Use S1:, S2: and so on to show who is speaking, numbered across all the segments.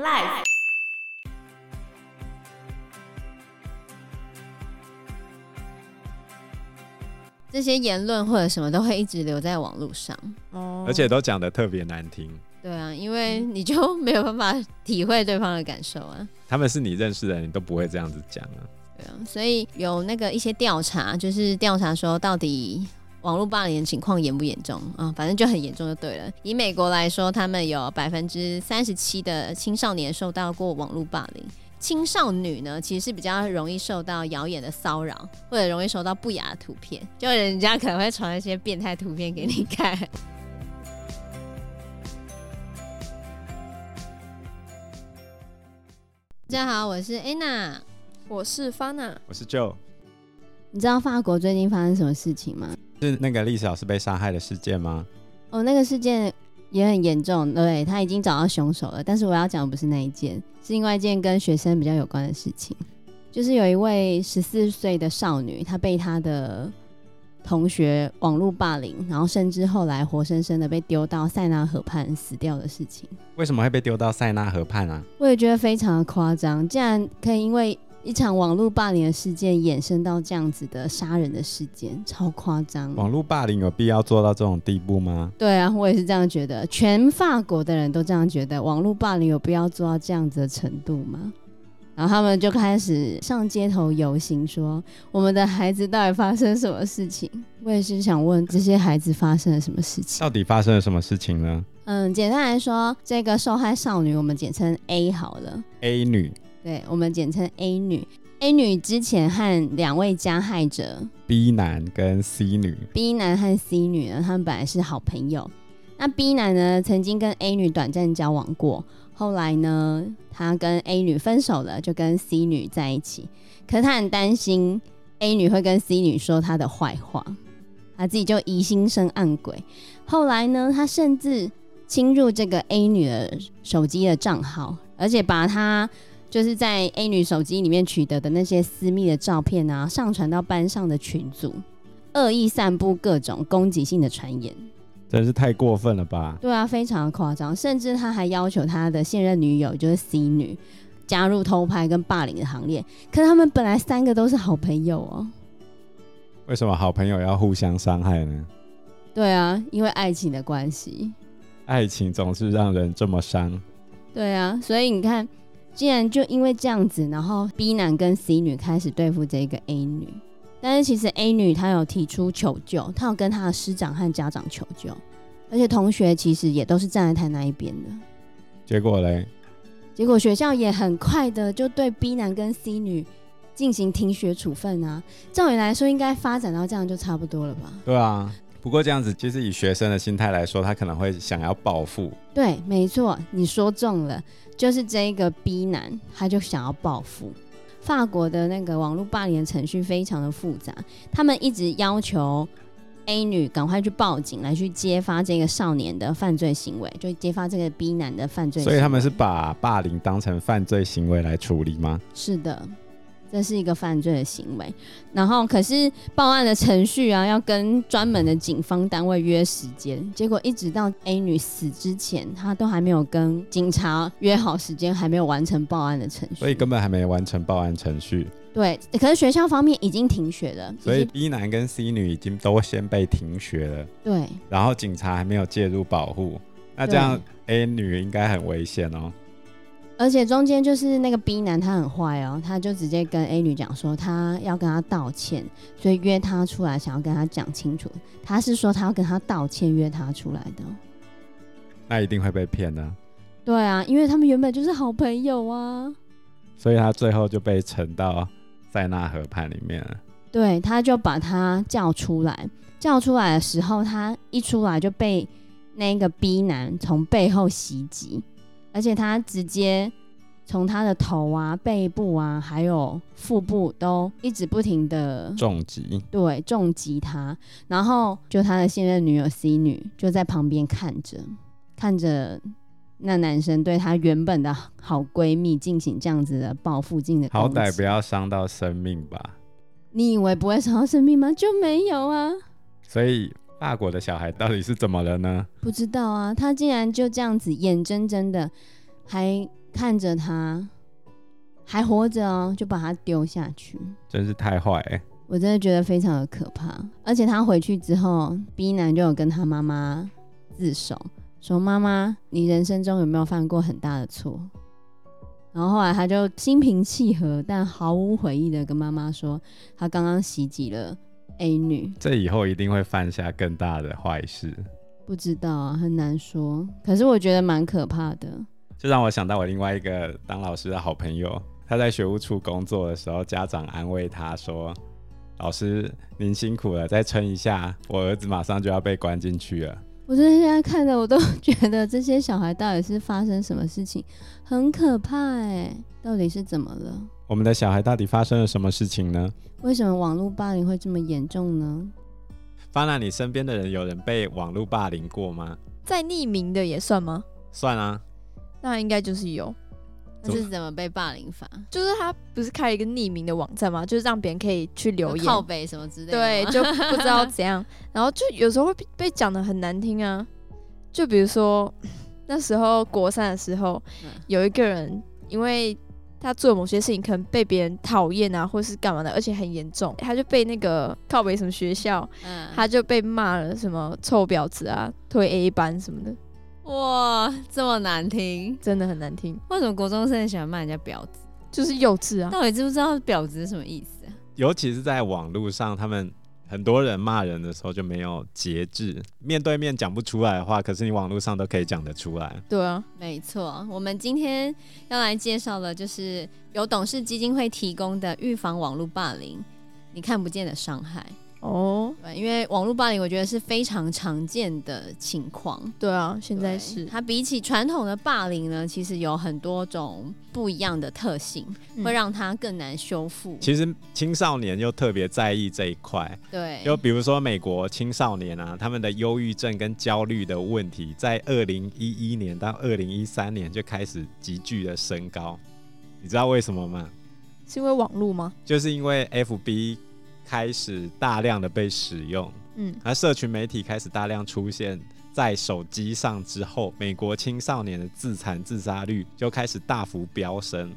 S1: Life。
S2: 这些言论或者什么都会一直留在网络上。
S1: 哦
S3: 而且都讲的特别难听。
S2: 对啊，因为你就没有办法体会对方的感受啊。
S3: 他们是你认识的人，你都不会这样子讲啊。
S2: 对啊，所以有那个一些调查，就是调查说到底网络霸凌的情况严不严重啊、反正就很严重就对了。以美国来说，他们有百分之三十七的青少年受到过网络霸凌。青少女呢，其实是比较容易受到谣言的骚扰，或者容易收到不雅的图片，就人家可能会传一些变态图片给你看。大家好，我是 Anna，
S1: 我是 Fana，
S3: 我是 Joe，
S2: 你知道法国最近发生什么事情吗？
S3: 是那个历史老师被杀害的事件吗？
S2: 哦，那个事件也很严重，对，他已经找到凶手了。但是我要讲的不是那一件，是另外一件跟学生比较有关的事情，就是有一位十四岁的少女，她被她的同学网络霸凌，然后甚至后来活生生的被丢到塞纳河畔死掉的事情。
S3: 为什么会被丢到塞纳河畔啊？
S2: 我也觉得非常的夸张，竟然可以因为一场网络霸凌的事件衍生到这样子的杀人的事件，超夸张。
S3: 网络霸凌有必要做到这种地步吗？
S2: 对啊，我也是这样觉得，全法国的人都这样觉得，网络霸凌有必要做到这样子的程度吗？然后他们就开始上街头游行说，我们的孩子到底发生什么事情？我也是想问这些孩子发生了什么事情。
S3: 到底发生了什么事情呢
S2: 嗯，简单来说，这个受害少女我们简称 A 好了，
S3: ？A 女、
S2: 对我们简称 A 女。A 女之前和两位加害者
S3: B 男跟 C 女，
S2: B 男和 C 女呢，他们本来是好朋友。那 B 男呢，曾经跟 A 女短暂交往过，后来呢，他跟 A 女分手了，就跟 C 女在一起。可是他很担心 A 女会跟 C 女说他的坏话，他自己就疑心生暗鬼。后来呢，他甚至侵入这个 A 女的手机的账号，而且把她就是在 A 女手机里面取得的那些私密的照片啊，上传到班上的群组。恶意散布各种攻击性的传言。
S3: 真是太过分了吧？
S2: 对啊，非常的夸张，甚至他还要求他的现任女友，就是 C 女，加入偷拍跟霸凌的行列。可他们本来三个都是好朋友哦。
S3: 为什么好朋友要互相伤害呢？
S2: 对啊，因为爱情的关系。
S3: 爱情总是让人这么伤。
S2: 对啊，所以你看，竟然就因为这样子，然后 B 男跟 C 女开始对付这个 A 女。但是其实 A 女她有提出求救，她有跟她的师长和家长求救，而且同学其实也都是站在她那一边的。
S3: 结果嘞，
S2: 结果学校也很快的就对 B 男跟 C 女进行停学处分啊。照理来说，应该发展到这样就差不多了吧？
S3: 对啊。不过这样子，其实以学生的心态来说，他可能会想要报复，
S2: 对，没错，你说中了，就是这个 B 男，他就想要报复。法国的那个网络霸凌的程序非常的复杂，他们一直要求 A 女赶快去报警，来去揭发这个少年的犯罪行为，就揭发这个 B 男的犯罪行
S3: 所
S2: 为。
S3: 以他们是把霸凌当成犯罪行为来处理吗？
S2: 是的，这是一个犯罪的行为。然后可是报案的程序啊，要跟专门的警方单位约时间，结果一直到 A 女死之前，她都还没有跟警察约好时间，还没有完成报案的程序。
S3: 所以根本还没完成报案程序，
S2: 对，可是学校方面已经停学了，
S3: 所以
S2: 已经
S3: B 男跟 C 女已经都先被停学了，
S2: 对
S3: 然后警察还没有介入保护，那这样 A 女应该很危险哦。
S2: 而且中间就是那个 B 男，他很坏哦，他就直接跟 A 女讲说他要跟她道歉，所以约她出来，想要跟她讲清楚。他是说他要跟她道歉，约她出来的哦。
S3: 那一定会被骗的，
S2: 对啊，因为他们原本就是好朋友啊。
S3: 所以他最后就被沉到塞纳河畔里面
S2: 嗯
S3: 了。
S2: 对，他就把他叫出来，叫出来的时候，他一出来就被那个 B 男从背后袭击，而且他直接从他的头啊、背部啊，还有腹部都一直不停的
S3: 重击，
S2: 对重击他，然后就他的现任女友 C 女就在旁边看着，看着。那男生对她原本的好闺蜜进行这样子的报复性的攻
S3: 好
S2: 击，
S3: 歹不要伤到生命吧。
S2: 你以为不会伤到生命吗？就没有啊，
S3: 所以法国的小孩到底是怎么了呢？
S2: 不知道啊，他竟然就这样子眼睁睁的，还看着他还活着哦，就把他丢下去。
S3: 真是太坏、欸。
S2: 我真的觉得非常的可怕。而且他回去之后，B 男就有跟他妈妈自首，说：“妈妈，你人生中有没有犯过很大的错？”然后后来他就心平气和，但毫无悔意的跟妈妈说，他刚刚袭击了 A 女，
S3: 这以后一定会犯下更大的坏事。
S2: 不知道啊，很难说。可是我觉得蛮可怕的。
S3: 这让我想到我另外一个当老师的好朋友，他在学务处工作的时候，家长安慰他说：“老师，您辛苦了，再撑一下，我儿子马上就要被关进去了。
S2: 我真的现在看的我都 觉得这些小孩到底是发生什么事情，很可怕哎、到底是怎么了？”
S3: 我们的小孩到底发生了什么事情呢？
S2: 为什么网络霸凌会这么严重呢？
S3: 方娜，你身边的人有人被网络霸凌过吗？
S1: 在匿名的也算吗？
S3: 算啊，
S1: 那应该就是有，
S2: 那是怎么被霸凌法？
S1: 就是他不是开了一个匿名的网站嘛，就是让别人可以去留言，
S2: 靠北什么之类的
S1: 对，
S2: 吗，
S1: 就不知道 怎样，然后就有时候会被被讲的很难听啊，就比如说那时候国三的时候，
S2: 嗯
S1: 有一个人因为他做某些事情可能被别人讨厌啊，或是干嘛的，而且很严重，他就被那个靠北什么学校，
S2: 嗯，
S1: 他就被骂了什么臭婊子啊，推 A 班什么的，
S2: 哇，这么难听，
S1: 真的很难听，
S2: 为什么国中生喜欢骂人家婊子？
S1: 就是幼稚啊。
S2: 到底知不知道婊子是什么意思啊？
S3: 尤其是在网络上，他们很多人骂人的时候就没有节制，面对面讲不出来的话，可是你网络上都可以讲得出来。
S1: 对啊，
S2: 没错，我们今天要来介绍的就是由董事基金会提供的预防网络霸凌，你看不见的伤害。
S1: 哦，
S2: 对，因为网络霸凌，我觉得是非常常见的情况。
S1: 对啊，现在
S2: 对
S1: 是
S2: 它比起传统的霸凌呢，其实有很多种不一样的特性，
S1: 嗯
S2: 会让它更难修复。
S3: 其实青少年又特别在意这一块，
S2: 对，
S3: 就比如说美国青少年啊，他们的忧郁症跟焦虑的问题，在二零一一年到二零一三年就开始急剧的升高。你知道为什么吗？
S1: 是因为网络吗？
S3: 就是因为 FB 开始大量的被使用，
S1: 嗯，
S3: 而社群媒体开始大量出现在手机上之后，美国青少年的自残自杀率就开始大幅飙升。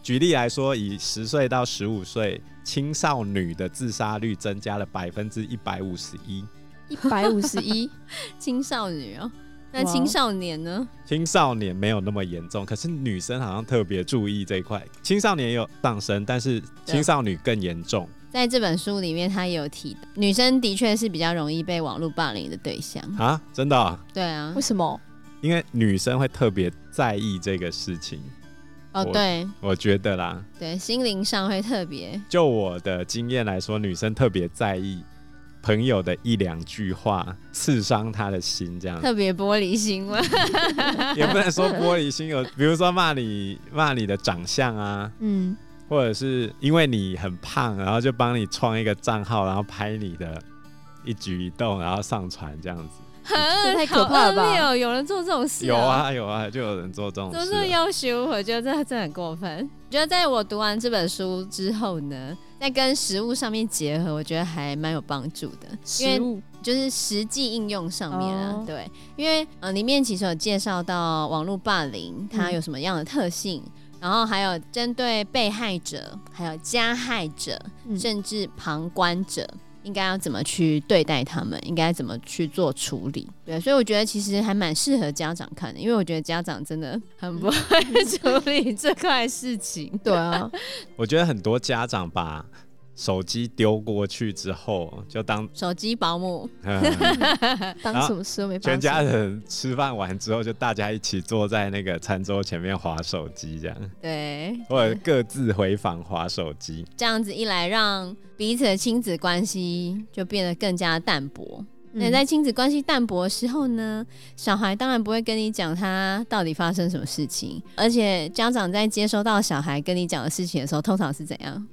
S3: 举例来说，以十岁到十五岁青少女的自杀率增加了百分之一百五十一，
S1: 一百五十一，
S2: 青少年哦，那
S1: 哇
S2: 青少年呢？
S3: 青少年没有那么严重，可是女生好像特别注意这一块。青少年也有上升，但是青少女更严重。
S2: 在这本书里面，他也有提到，女生的确是比较容易被网络霸凌的对象。
S3: 啊，真的啊、
S2: 对啊
S1: 为，什么？
S3: 因为女生会特别在意这个事情，
S2: 哦，
S3: 我
S2: 对
S3: 我觉得啦，
S2: 对，心灵上会特别
S3: 就我的经验来说，女生特别在意朋友的一两句话刺伤她的心，
S1: 嗯
S3: 这样
S2: 特别玻璃心 嘛。
S3: 也不能说玻璃心，有比如说骂你骂你的长相啊，
S1: 嗯，
S3: 或者是因为你很胖，然后就帮你创一个账号，然后拍你的一举一动，然后上传这样子。
S2: 这
S1: 太可怕了吧
S2: 吧！哦有人做这种事、
S3: 有，啊有啊，就有人做这种
S2: 都
S3: 事
S2: 是
S3: 啊。
S2: 要羞，我觉得这真的很过分。我觉得在我读完这本书之后呢，在跟实物上面结合，我觉得还蛮有帮助的，因为
S1: 食物
S2: 就是实际应用上面啊，
S1: 哦
S2: 对，因为呃里面其实有介绍到网络霸凌它
S1: 嗯
S2: 有什么样的特性，然后还有针对被害者、还有加害者，
S1: 嗯
S2: 甚至旁观者。应该要怎么去对待他们？应该怎么去做处理？对，所以我觉得其实还蛮适合家长看的，因为我觉得家长真的很不会处理这块事情。
S1: 对啊，
S3: 我觉得很多家长把手机丢过去之后，就当
S2: 手机保姆，
S1: 当什么事都没发
S3: 嗯全
S1: 生。
S3: 家人吃饭完之后，就大家一起坐在那个餐桌前面划手机，这样，
S2: 对，
S3: 或者各自回房划手机。
S2: 这样子一来，让彼此的亲子关系就变得更加淡薄。那、
S1: 嗯
S2: 在亲子关系淡薄的时候呢，小孩当然不会跟你讲他到底发生什么事情，而且家长在接收到小孩跟你讲的事情的时候，通常是怎样？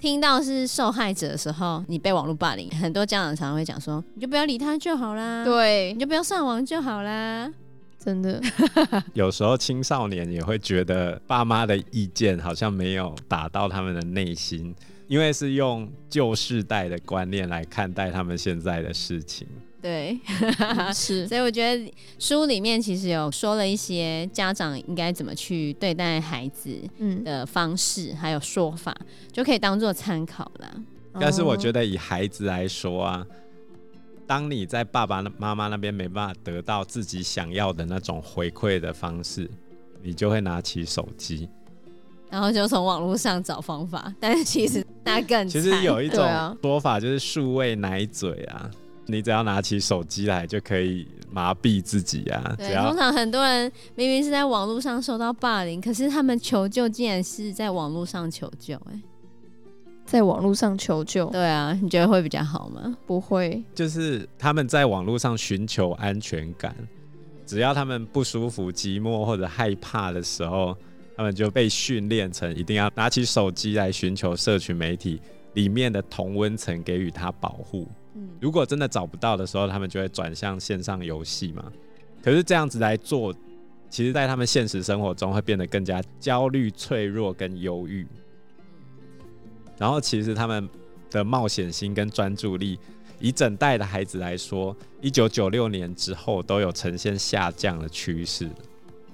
S2: 听到是受害者的时候，你被网络霸凌，很多家长常常会讲说，你就不要理他就好啦，，
S1: 对
S2: 你，就不要上网就好啦。
S1: 嗯真的
S3: 有时候青少年也会觉得爸妈的意见好像没有打到他们的内心，因为是用旧世代的观念来看待他们现在的事情。
S2: 对，
S1: 嗯是
S2: 所以我觉得书里面其实有说了一些家长应该怎么去对待孩子
S1: 嗯，
S2: 的方式，还有说法，就可以当做参考啦。
S1: 哦
S3: 但是我觉
S1: 得
S3: 得以孩子来说啊，当你在爸爸妈妈那边没办法得到自己想要的那种回馈的方式，你就会拿起手机。
S2: 然后就从网络上找方法，但是其实那更
S3: 其实
S2: 惨
S3: 有一种
S1: 对啊
S3: 说法就是数位奶嘴啊，你只要拿起手机来就可以麻痹自己啊，只
S2: 对，
S3: 要
S2: 通常很多人明明是在网络上受到霸凌，可是他们求救竟然是在网络上求救、哎，
S1: 哦在网络上求救
S2: 对啊，你觉得会比较好吗？
S1: 不会，
S3: 就是他们在网络上寻求安全感，只要他们不舒服、寂寞或者害怕的时候，他们就被训练成一定要拿起手机来寻求社群媒体里面的同温层给予他保护。
S1: 嗯，
S3: 如果真的找不到的时候，他们就会转向线上游戏嘛。可是这样子来做，其实在他们现实生活中会变得更加焦虑、脆弱跟忧郁。然后其实他们的冒险心跟专注力，以整代的孩子来说，一九九六年之后都有呈现下降的趋势。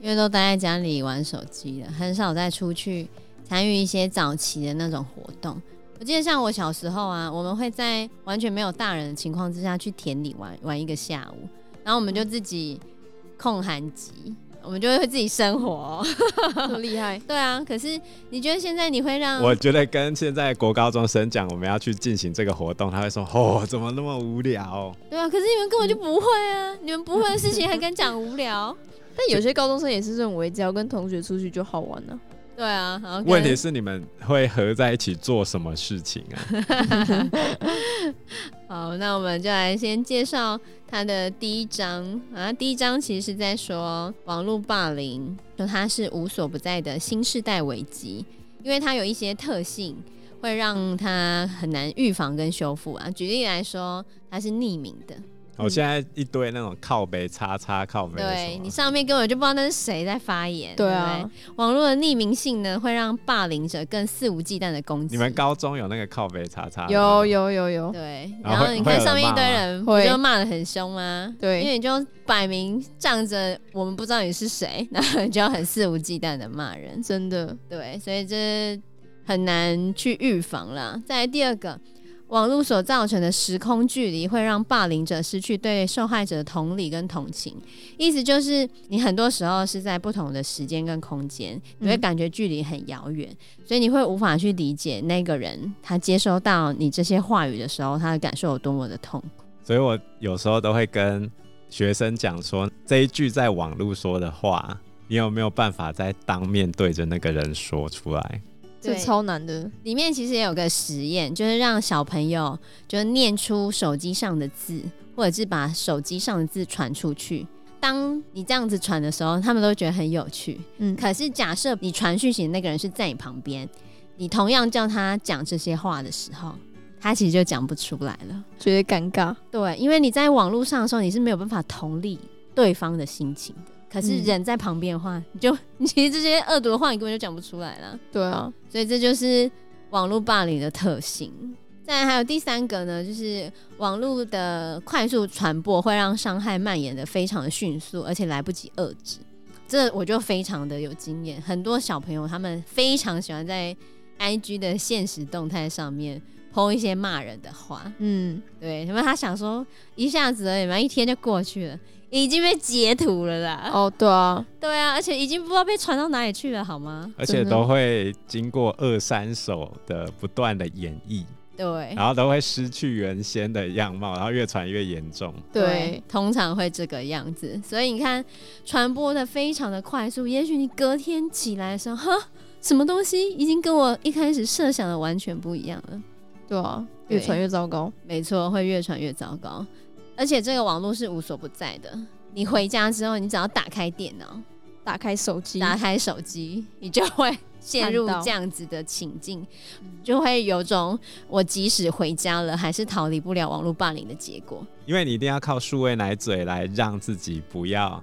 S2: 因为都待在家里玩手机了，很少再出去参与一些早期的那种活动。我记得像我小时候啊，我们会在完全没有大人的情况之下去田里玩玩一个下午，然后我们就自己控寒集，我们就会自己生活哦、
S1: 这么 厉害，
S2: 对啊，可是你觉得现在你会让
S3: 我觉得跟现在国高中生讲我们要去进行这个活动，他会说：“哦，怎么那么无聊
S2: 对啊？可是你们根本就不会啊，你们不会的事情还敢讲无聊？
S1: 但有些高中生也是认为只要跟同学出去就好玩了，
S2: 对啊，然后？”跟
S3: 问题是你们会合在一起做什么事情啊？
S2: 好，那我们就来先介绍他的第一章啊。第一章其实是在说网络霸凌，说它是无所不在的新时代危机，因为它有一些特性会让它很难预防跟修复啊。举例来说，它是匿名的，
S3: 我、现在一堆那种靠背叉叉靠背，
S2: 对你上面根本就不知道那是谁在发言，
S1: 对
S2: 不
S1: 啊，
S2: 网络的匿名性呢，会让霸凌者更肆无忌惮的攻击。
S3: 你们高中有那个靠背叉叉？
S1: 有。有有有，
S2: 对，
S3: 然
S2: 然
S3: 后
S2: 后你
S3: 会
S2: 看
S3: 有人
S2: 上面一堆
S3: 骂吗
S2: 人，不
S1: 会
S2: 就骂的很凶吗？
S1: 对
S2: 因为你就摆明仗着我们不知道你是谁，然后你就很肆无忌惮的骂人。
S1: 真的，
S2: 对，所以这很难去预防啦。再来第二个，网络所造成的时空距离会让霸凌者失去对受害者的同理跟同情。意思就是，你很多时候是在不同的时间跟空间，你会
S1: 嗯
S2: 感觉距离很遥远，所以你会无法去理解那个人他接收到你这些话语的时候，他的感受有多么的痛苦。
S3: 所以我有时候都会跟学生讲说，这一句在网络说的话，你有没有办法在当面对着那个人说出来？
S1: 这
S2: 对
S1: 超难的，
S2: 里面其实也有个实验，就是让小朋友就是念出手机上的字，或者是把手机上的字传出去。当你这样子传的时候，他们都觉得很有趣。
S1: 嗯，
S2: 可是假设你传讯息的那个人是在你旁边，你同样叫他讲这些话的时候，他其实就讲不出来了。
S1: 觉得尴尬，
S2: 对，因为你在网络上的时候，你是没有办法同理对方的心情的。可是
S1: 嗯
S2: 人在旁边的话，你就 你其实这些恶毒的话，你根本就讲不出来了。
S1: 对啊，
S2: 所以这就是网络霸凌的特性。再来还有第三个呢，就是网络的快速传播会让伤害蔓延的非常的迅速，而且来不及遏制。这我就非常的有经验，很多小朋友他们非常喜欢在 IG 的现实动态上面 PO 一些骂人的话，
S1: 嗯，
S2: 对，因为他想说一下子而已嘛，一天就过去了，已经被截图了啦。
S1: 哦，对啊，
S2: 对啊，而且已经不知道被传到哪里去了，好吗？
S3: 而且都会经过二三首的不断的演绎，
S2: 对，
S3: 然后都会失去原先的样貌，然后越传越严重。
S1: 对，
S2: 通常会这个样子。所以你看，传播的非常的快速，也许你隔天起来的时候，哈，什么东西已经跟我一开始设想的完全不一样了。
S1: 对啊，
S2: 对
S1: 越传越糟糕，
S2: 没错，会越传越糟糕。而且这个网络是无所不在的。你回家之后，你只要打开电脑、
S1: 打开手机，
S2: 打开手机，你就会陷入
S1: 看到
S2: 这样子的情境，就会有种我即使回家了，还是逃离不了网络霸凌的结果。
S3: 因为你一定要靠数位奶嘴来让自己不要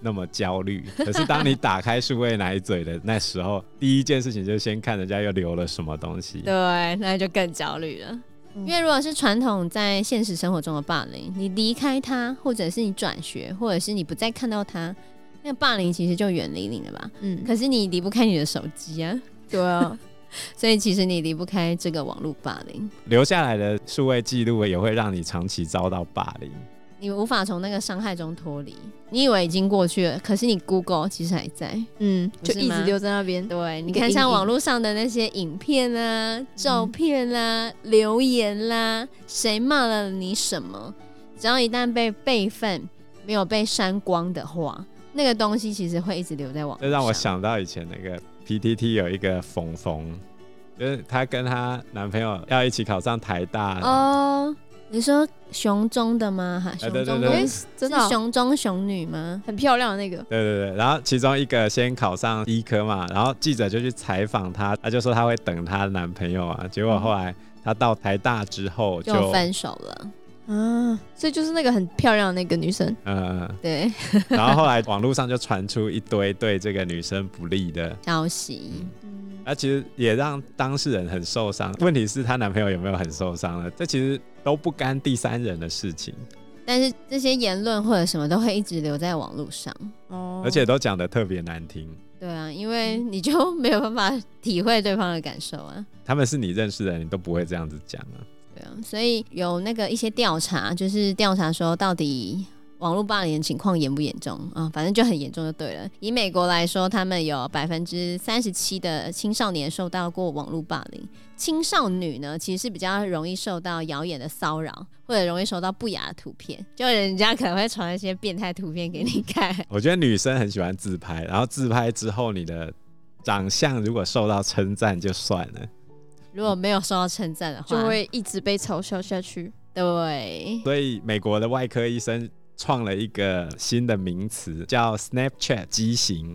S3: 那么焦虑。可是当你打开数位奶嘴的那时候，第一件事情就是先看人家又留了什么东西。
S2: 对，那就更焦虑了。
S1: 嗯
S2: 因为如果是传统在现实生活中的霸凌，你离开他，或者是你转学，或者是你不再看到他，那个霸凌其实就远离你了吧？
S1: 嗯，
S2: 可是你离不开你的手机啊，
S1: 对啊，
S2: 所以其实你离不开这个网络霸凌，
S3: 留下来的数位记录也会让你长期遭到霸凌。
S2: 你无法从那个伤害中脱离。你以为已经过去了，可是你 Google 其实还在。
S1: 嗯，
S2: 不
S1: 就是一直
S2: 吗
S1: 留在那边。
S2: 对，你
S1: 一个
S2: 看
S1: 阴
S2: 像
S1: 影
S2: 网络上的那些影片啊、照片啦、留言啦，谁骂了你什么，只要一旦被备份没有被删光的话，那个东西其实会一直留在网。
S3: 这让我，想到以前那个 PTT 有一个冯冯，就是她跟她男朋友要一起考上台大，
S2: 哦，你说熊中的吗？哈，
S3: 哎
S2: 熊
S3: 对
S2: 中
S3: 对
S2: 的
S1: 哎
S3: 对，
S1: 真的
S2: 是
S1: 哦
S2: 熊中熊女吗？
S1: 很漂亮的那个，
S3: 对对对，然后其中一个先考上医科嘛，然后记者就去采访她，她就说她会等她男朋友啊，结果后来她到台大之后就
S2: 就分手了，
S1: 啊，所以就是那个很漂亮的那个女生，
S3: 呃，
S2: 对，
S3: 然后后来网络上就传出一堆对这个女生不利的，
S2: 消息。
S1: 嗯，
S3: 那其实也让当事人很受伤。问题是她男朋友有没有很受伤呢？这其实都不干第三人的事情，
S2: 但是这些言论或者什么都会一直留在网络上。
S1: 哦
S3: 而且都讲的特别难听。
S2: 对啊，因为
S3: 嗯
S2: 你就没有办法体会对方的感受啊。
S3: 他们是你认识的人，你都不会这样子讲啊。
S2: 对啊，所以有那个一些调查，就是调查说到底网络霸凌的情况严不严重啊、反正就很严重就对了。以美国来说，他们有百分之三十七的青少年受到过网络霸凌，青少女呢其实是比较容易受到谣言的骚扰，或者容易收到不雅的图片，就人家可能会传一些变态图片给你看。
S3: 我觉得女生很喜欢自拍，然后自拍之后你的长相如果受到称赞就算了，
S2: 如果没有受到称赞的话，
S1: 就会一直被嘲笑下去。
S2: 对
S3: 所以美国的外科医生创了一个新的名词，叫 Snapchat 畸形。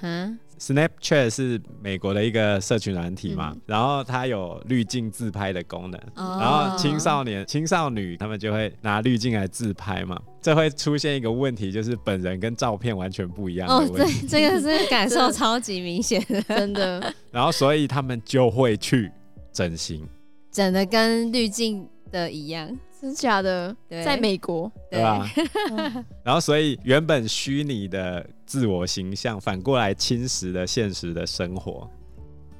S2: 哈。
S3: Snapchat 是美国的一个社群软体嘛，
S1: 嗯
S3: 然后它有滤镜自拍的功能，
S2: 哦
S3: 然后青少年、青少女他们就会拿滤镜来自拍嘛，这会出现一个问题，就是本人跟照片完全不一样的
S2: 哦，
S3: 啊问题，
S2: 这这个是感受超级明显的，
S1: 真 的，
S3: 然后所以他们就会去整形，
S2: 整的跟滤镜的一样，
S1: 真假 的，
S2: 对嗯
S1: 在美国，
S3: 对啊吧？ 然后所以原本虚拟的自我形象，反过来侵蚀了现实的生活。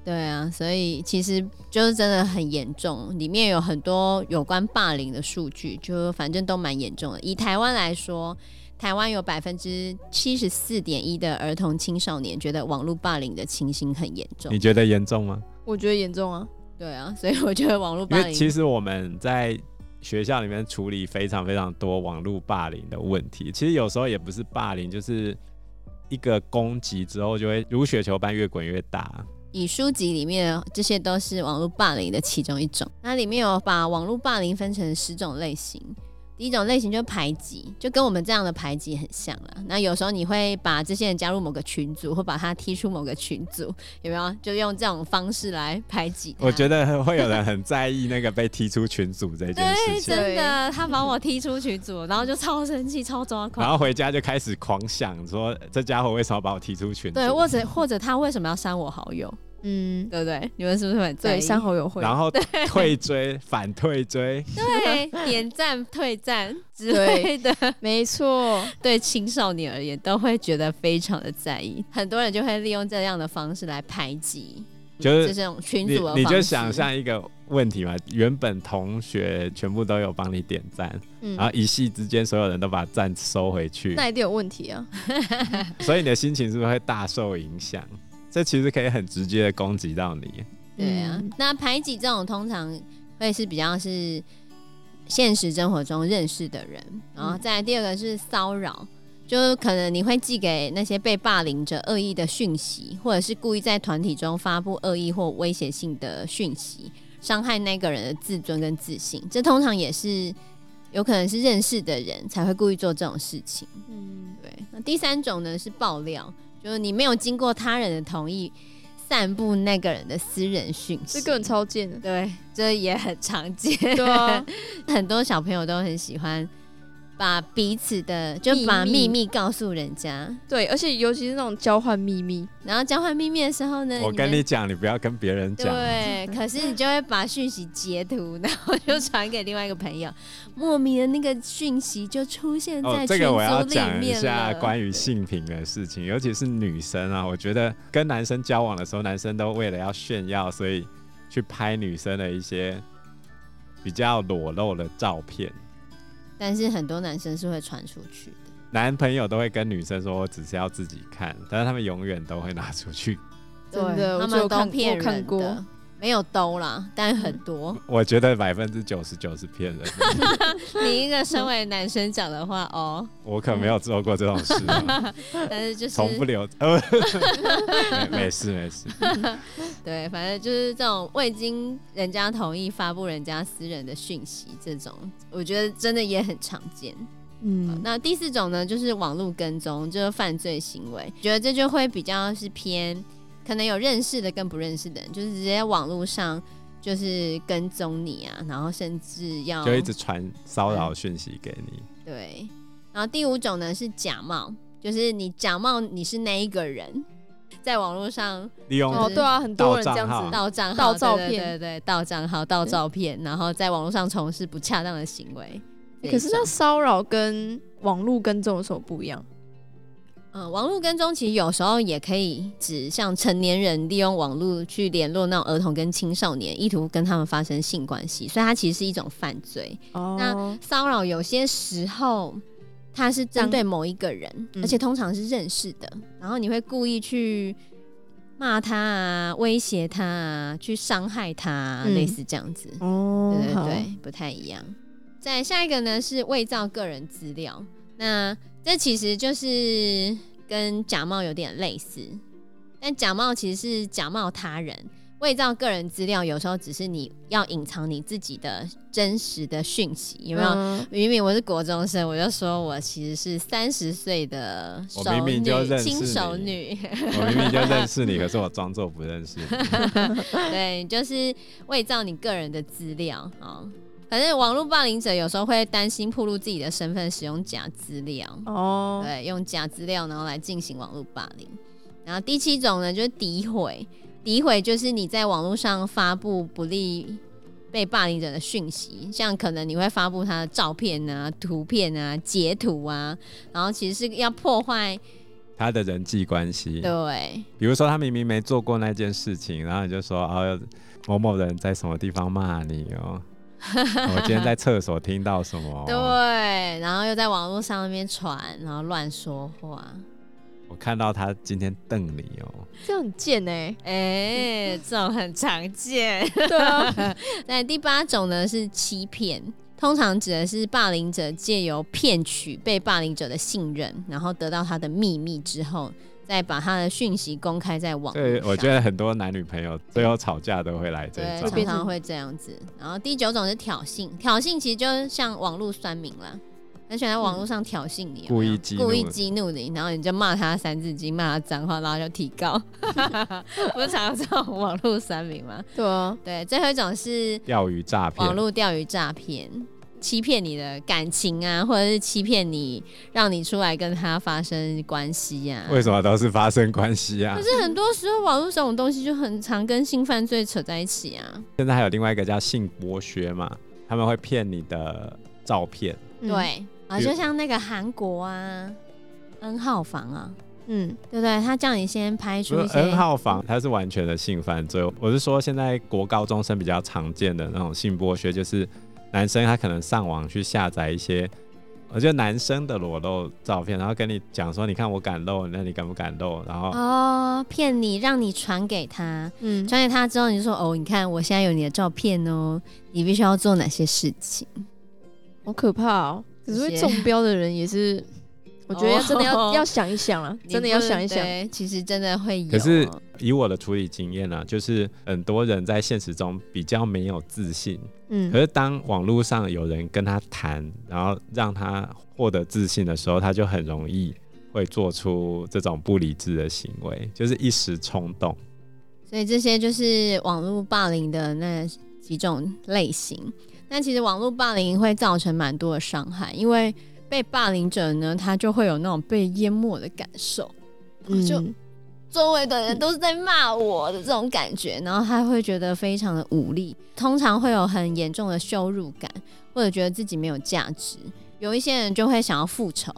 S2: 对啊，所以其实就是真的很严重，里面有很多有关霸凌的数据，就反正都蛮严重的。以台湾来说，台湾有百分之七十四点一的儿童青少年觉得网络霸凌的情形很严重
S3: 你。觉得严重吗？
S1: 我觉得严重啊，
S2: 对啊，所以我觉得网络
S3: 因
S2: 霸
S3: 为
S2: 凌
S3: 其实我们在学校里面处理非常非常多网络霸凌的问题，其实有时候也不是霸凌，就是一个攻击之后就会如雪球般越滚越大。
S2: 以书籍里面，这些都是网络霸凌的其中一种。那里面有把网络霸凌分成十种类型。第一种类型就是排挤，就跟我们这样的排挤很像了。那有时候你会把这些人加入某个群组，或把他踢出某个群组，有没有？就用这种方式来排挤他。
S3: 我觉得会有人很在意那个被踢出群组这件事
S2: 对，
S3: 情，
S2: 真的，他把我踢出群组，然后就超生气、超抓狂
S3: 然。后回家就开始狂想说这家伙为什么把我踢出群组？
S2: 对，或者或者他为什么要删我好友？
S1: 嗯，
S2: 对不对？你们是不是很在意？
S1: 对，山猴友会，
S3: 然后退追反退 追，
S2: 对点赞、退赞之
S1: 对
S2: 类的。
S1: 没 错，
S2: 对青少年而言都会觉得非常的在意，很多人就会利用这样的方式来排挤，
S3: 就是
S2: 这种群
S3: 你
S2: 组的
S3: 呃你
S2: 方
S3: 就
S2: 式
S3: 想象一个问题嘛，原本同学全部都有帮你点赞，
S1: 嗯
S3: 然，后一夕之间所有人都把赞收回去，
S1: 那一定有问题啊，
S3: 所以你的心情是不是会大受影响？这其实可以很直接的攻击到你。
S2: 对啊
S1: 嗯，
S2: 那排挤这种通常会是比较是现实生活中认识的人，然后再来第二个是骚扰。就是可能你会寄给那些被霸凌者恶意的讯息，或者是故意在团体中发布恶意或威胁性的讯息，伤害那个人的自尊跟自信。这通常也是有可能是认识的人才会故意做这种事情。
S1: 嗯，
S2: 对，那第三种呢是爆料，就是你没有经过他人的同意散布那个人的私人讯息。
S1: 这个人超贱的，
S2: 对，这也很常见，
S1: 对啊，
S2: 很多小朋友都很喜欢把彼此的就把
S1: 秘密
S2: 秘密告诉人家，
S1: 对，而且尤其是那种交换秘密，
S2: 然后交换秘密的时候呢，
S3: 我跟
S2: 们
S3: 你讲，你不要跟别人讲。
S2: 对，可是你就会把讯息截图，然后就传给另外一个朋友，莫名的那个讯息就出现
S3: 哦
S2: 在，群
S3: 这个
S2: 组
S3: 我要
S2: 里
S3: 讲一
S2: 面
S3: 下
S2: 了。
S3: 关于性平的事情，尤其是女生啊，我觉得跟男生交往的时候，男生都为了要炫耀，所以去拍女生的一些比较裸露的照片。
S2: 但是很多男生是会传出去的，
S3: 男朋友都会跟女生说，我只是要自己看，但是他们永远都会拿出去。
S1: 真的
S2: 对
S1: 我
S2: 他
S1: 就有
S2: 们都
S1: 看过
S2: 骗
S1: 看
S2: 人
S1: 过
S2: 的，没有兜啦，但很多。
S3: 我觉得百分之九十九是骗人的，
S2: 你一个身为男生讲的话 哦，
S3: 我可没有做过这种事、啊，
S2: 但 是就是
S3: 从 不留。呃，没没事没事，
S2: 对，反正就是这种未经人家同意发布人家私人的讯息，这种我觉得真的也很常见。
S1: 嗯，
S2: 那第四种呢，就是网络跟踪，就是犯罪行为。觉得这就会比较是偏，可能有认识的跟不认识的人，就是直接网络上就是跟踪你啊，然后甚至要
S3: 就一直传骚扰讯息给你。
S2: 对。然后第五种呢是假冒，就是你假冒你是那一个人，在网络上
S3: 利用
S1: 哦，对啊，很嗯多人这样
S3: 盗账
S1: 子，
S2: 盗账号
S1: 盗照
S2: 对
S1: 片
S2: 对对对，盗账号、盗照片，然后在网络上从事不恰当的行为。
S1: 可是那
S2: 这一种
S1: 骚扰跟网络跟踪有什么不一样？
S2: 嗯，网络跟踪其实有时候也可以指向成年人利用网络去联络那种儿童跟青少年，意图跟他们发生性关系，所以它其实是一种犯罪。
S1: 哦，
S2: 骚扰有些时候它是针对某一个人，
S1: 嗯
S2: 而且通常是认识的，然后你会故意去骂他啊、威胁他啊、去伤害他、啊，
S1: 嗯
S2: 类似这样子。
S1: 哦
S2: 对对
S1: 好
S2: 对，不太一样。再下一个呢是伪造个人资料，那这其实就是跟假冒有点类似，但假冒其实是假冒他人，伪造个人资料有时候只是你要隐藏你自己的真实的讯息，有没有？
S1: 嗯
S2: 明明我是国中生，我就说我其实是三十岁的
S3: 我
S2: 熟
S3: 明明
S2: 女
S3: 就认识
S2: 轻熟
S3: 你
S2: 女，
S3: 我明明就认识你，可是我装作不认识你。
S2: 对，就是伪造你个人的资料啊、哦。反正网络霸凌者有时候会担心暴露自己的身份，使用假资料，
S1: 哦，
S2: 对，用假资料然后来进行网络霸凌。然后第七种呢，就是诋毁，诋毁就是你在网络上发布不利被霸凌者的讯息，像可能你会发布他的照片啊、图片啊、截图啊，然后其实是要破坏
S3: 他的人际关系，
S2: 对
S3: 比如说他明明没做过那件事情，然后你就说哦，某某人在什么地方骂你 哦，我今天在厕所听到什么，哦
S2: 对，然后又在网络上面传，然后乱说话。
S3: 我看到他今天瞪你哦，
S1: 这样很贱哎，
S2: 哎、这种很常见。
S1: 对啊，
S2: 那第八种呢是欺骗，通常指的是霸凌者借由骗取被霸凌者的信任，然后得到他的秘密之后，再把他的讯息公开在网络
S3: 对，
S2: 上。
S3: 我觉得很多男女朋友最后吵架都会来这
S2: 对，
S3: 一
S1: 这
S2: 常
S1: 边
S3: 招，
S2: 常会这样子。然后第九种是挑衅，挑衅其实就像网络酸民啦，很喜欢在网络上挑衅你有
S3: 故
S2: 没有
S3: 意激怒
S2: 故意激怒你，然后你就骂他三字经，骂他脏话，然后就提高。 不是常有这种网络酸民吗？
S1: 对啊，
S2: 对，最后一种是
S3: 钓鱼诈骗
S2: 网，络钓鱼诈骗。欺骗你的感情啊，或者是欺骗你，让你出来跟他发生关系呀、啊。
S3: 为什么都是发生关系 啊
S2: 可？是很多时候网络这种东西就很常跟性犯罪扯在一起啊。
S3: 现在还有另外一个叫性剥削嘛，他们会骗你的照片，
S1: 嗯，
S2: 对啊，
S3: 比如
S2: 就像那个韩国啊，N 号房啊，
S1: 嗯，
S2: 对不对？他叫你先拍
S3: 不
S2: 出一
S3: 是
S2: 些
S3: N 号房，它是完全的性犯罪。我是说，现在国高中生比较常见的那种性剥削，就是男生他可能上网去下载一些，我觉得男生的裸露照片，然后跟你讲说，你看我敢露，那你敢不敢露？然后
S2: 哦，骗你，让你传给他，
S1: 嗯，
S2: 传给他之后，你就说哦，你看我现在有你的照片哦，你必须要做哪些事情？
S1: 好可怕哦。可是
S2: 谢
S1: 会
S2: 谢
S1: 中标的人 也是，我觉得要真的要
S2: 哦
S1: 要想一 想啊，真的
S2: 你
S1: 要
S2: 不能
S1: 想一想。
S2: 对其实真的会有哦。
S3: 可是以我的处理经验啊，就是很多人在现实中比较没有自信，可
S1: 嗯，
S3: 是当网络上有人跟他谈，然后让他获得自信的时候，他就很容易会做出这种不理智的行为，就是一时冲动。
S2: 所以这些就是网络霸凌的那几种类型。那其实网络霸凌会造成蛮多的伤害，因为被霸凌者呢，他就会有那种被淹没的感受，
S1: 嗯，
S2: 就周围的人都是在骂我的这种感觉，然后他会觉得非常的无力，通常会有很严重的羞辱感，或者觉得自己没有价值。有一些人就会想要复仇，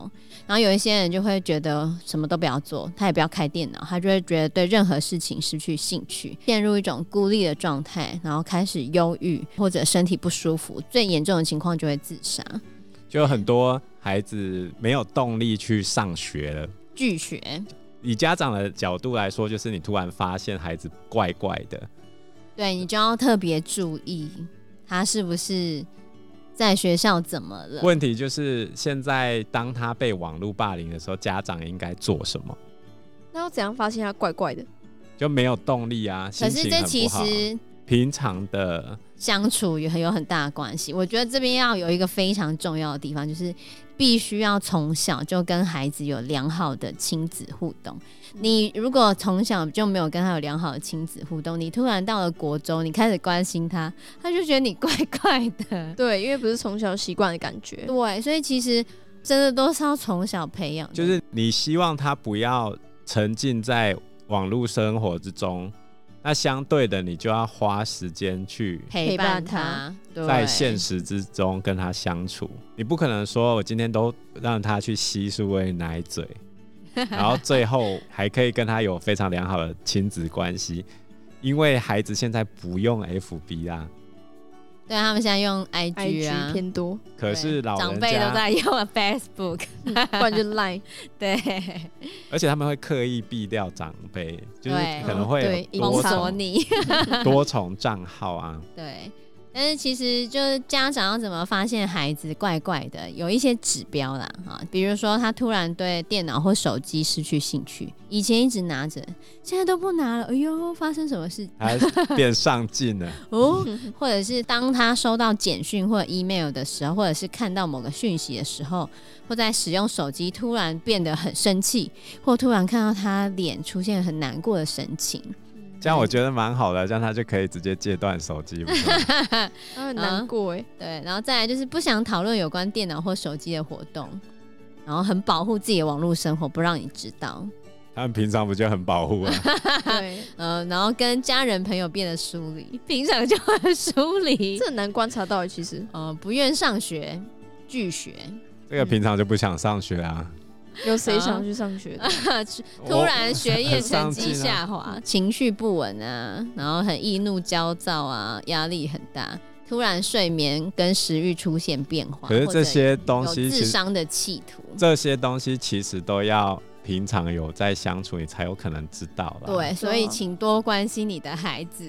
S2: 然后有一些人就会觉得什么都不要做，他也不要开电脑，他就会觉得对任何事情失去兴趣，陷入一种孤立的状态，然后开始忧郁或者身体不舒服，最严重的情况就会自杀。
S3: 就很多孩子没有动力去上学了。
S2: 拒学，
S3: 以家长的角度来说，就是你突然发现孩子怪怪的，
S2: 对你就要特别注意，他是不是在学校怎么了？
S3: 问题就是现在当他被网络霸凌的时候，家长应该做什么？
S1: 那要怎样发现他怪怪的？
S3: 就没有动力啊，心
S2: 可是
S3: 情
S2: 这
S3: 很
S2: 其
S3: 不好啊。
S2: 实
S3: 平常的
S2: 相处也很有很大的关系。我觉得这边要有一个非常重要的地方，就是必须要从小就跟孩子有良好的亲子互动。你如果从小就没有跟他有良好的亲子互动，你突然到了国中，你开始关心他，他就觉得你怪怪的。
S1: 对，因为不是从小习惯的感觉。
S2: 对，所以其实真的都是要从小培养的，
S3: 就是你希望他不要沉浸在网络生活之中，那相对的，你就要花时间去
S2: 陪
S1: 伴
S2: 伴
S1: 他
S2: 他，对
S3: 在现实之中跟他相处。你不可能说我今天都让他去吸数位奶 嘴，然后最后还可以跟他有非常良好的亲子关系，因为孩子现在不用 FB 啦，
S2: 对他们现在用
S1: IG
S2: IG 啊，
S1: 偏多，
S3: 可
S2: 对
S3: 是老
S2: 长
S3: 人
S2: 辈都
S3: 家，
S2: 在用 Facebook，
S1: 不 然就赖。
S2: 对，
S3: 而且他们会刻意避掉长辈，就是
S2: 对
S3: 可能会
S1: 对
S3: 有
S2: 封
S3: 多
S2: 锁
S3: 重
S2: 你，
S3: 多重账号啊。
S2: 对。但是其实就是家长要怎么发现孩子怪怪的，有一些指标啦啊，比如说他突然对电脑或手机失去兴趣，以前一直拿着，现在都不拿了，哎呦，发生什么事
S3: 还变上 进了，
S2: 哦？或者是当他收到简讯或 email 的时候，或者是看到某个讯息的时候，或在使用手机突然变得很生气，或突然看到他脸出现很难过的神情，
S3: 这样我觉得蛮好的，这样他就可以直接戒断手机。不是吗
S1: 他嗯很难过哎，
S2: 对，然后再来就是不想讨论有关电脑或手机的活动，然后很保护自己的网络生活，不让你知道。
S3: 他们平常不就很保护啊？
S1: 对，
S2: 呃，然后跟家人朋友变得疏离，平常就很疏离
S1: 这。很难观察到哎，其实
S2: 呃，不愿上学，拒学，
S3: 这个平常就不想上学啊，
S1: 有谁想去 上学的？
S2: 突然学业成绩
S3: 很上进啊
S2: 下滑，情绪不稳啊，然后很易怒、焦躁啊，压力很大。突然睡眠跟食欲出现变化，
S3: 可是这些东
S2: 或者有
S3: 西
S2: 自
S3: 其实
S2: 伤的企图，
S3: 这些东西其实都要平常有在相处，你才有可能知道啦。
S2: 对，所以请多关心你的孩子。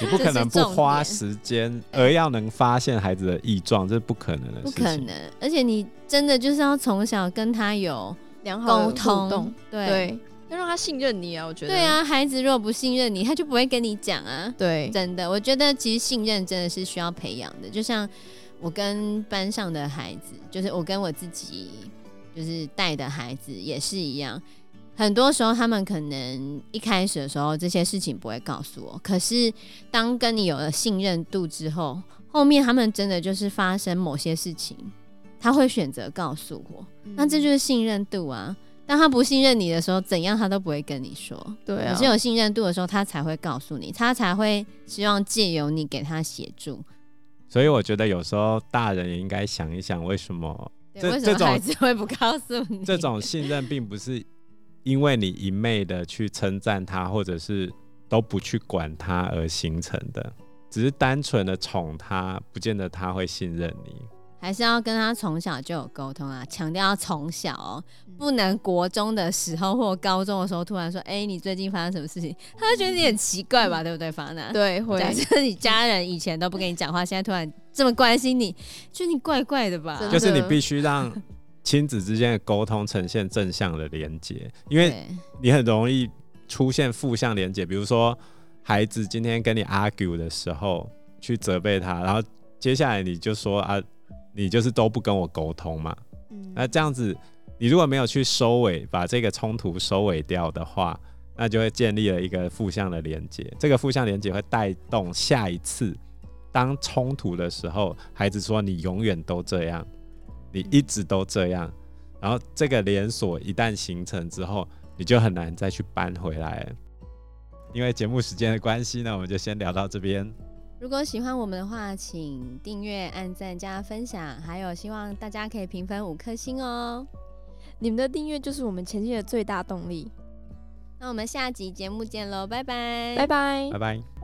S3: 你不可能不花
S2: 这是
S3: 时间，而要能发现孩子的异状，这是不可能的
S2: 不
S3: 事情。
S2: 可能，而且你真的就是要从小跟他有
S1: 良好的
S2: 沟
S1: 互
S2: 通，
S1: 动，
S2: 对
S1: 对，要让他信任你啊，我觉得。
S2: 对，啊，孩子如果不信任你，他就不会跟你讲啊。
S1: 对，
S2: 真的，我觉得其实信任真的是需要培养的，就像我跟班上的孩子，就是我跟我自己就是带的孩子也是一样。很多时候，他们可能一开始的时候这些事情不会告诉我，可是当跟你有了信任度之后，后面他们真的就是发生某些事情，他会选择告诉我，那这就是信任度啊。当他不信任你的时候，怎样他都不会跟你说。
S1: 对啊
S2: 你是，有信任度的时候，他才会告诉你，他才会希望借由你给他协助。
S3: 所以我觉得有时候大人也应该想一想，为什么
S2: 对，
S3: 这
S2: 为什
S3: 这
S2: 么
S3: 种
S2: 孩子会不告诉你？
S3: 这种信任并不是因为你一昧的去称赞他，或者是都不去管他而形成的，只是单纯的宠他，不见得他会信任你。
S2: 还是要跟他从小就有沟通啊，强调要从小哦，
S3: 嗯
S2: 不能国中的时候或高中的时候突然说，哎、你最近发生什么事情？他会觉得你很奇怪
S3: 嗯
S2: 吧，对不对，法娜？
S1: 对会
S2: 假设你家人以前都不跟你讲话，现在突然这么关心你，就你怪怪的吧？
S1: 真的
S3: 就是你必须让亲子之间的沟通呈现正向的连接，因为
S2: 对
S3: 你很容易出现负向连接。比如说，孩子今天跟你 argue 的时候，去责备他，然后接下来你就说啊，你就是都不跟我沟通嘛。
S1: 嗯
S3: 那这样子，你如果没有去收尾，把这个冲突收尾掉的话，那就会建立了一个负向的连接。这个负向连接会带动下一次当冲突的时候，孩子说你永远都这样，你一直都这样，然后这个连锁一旦形成之后，你就很难再去搬回来了。因为节目时间的关系呢，我们就先聊到这边。
S2: 如果喜欢我们的话，请订阅、按赞、加分享，还有希望大家可以评分五颗星哦。
S1: 你们的订阅就是我们前进的最大动力。
S2: 那我们下集节目见喽，拜拜，
S1: 拜拜
S3: 拜。拜。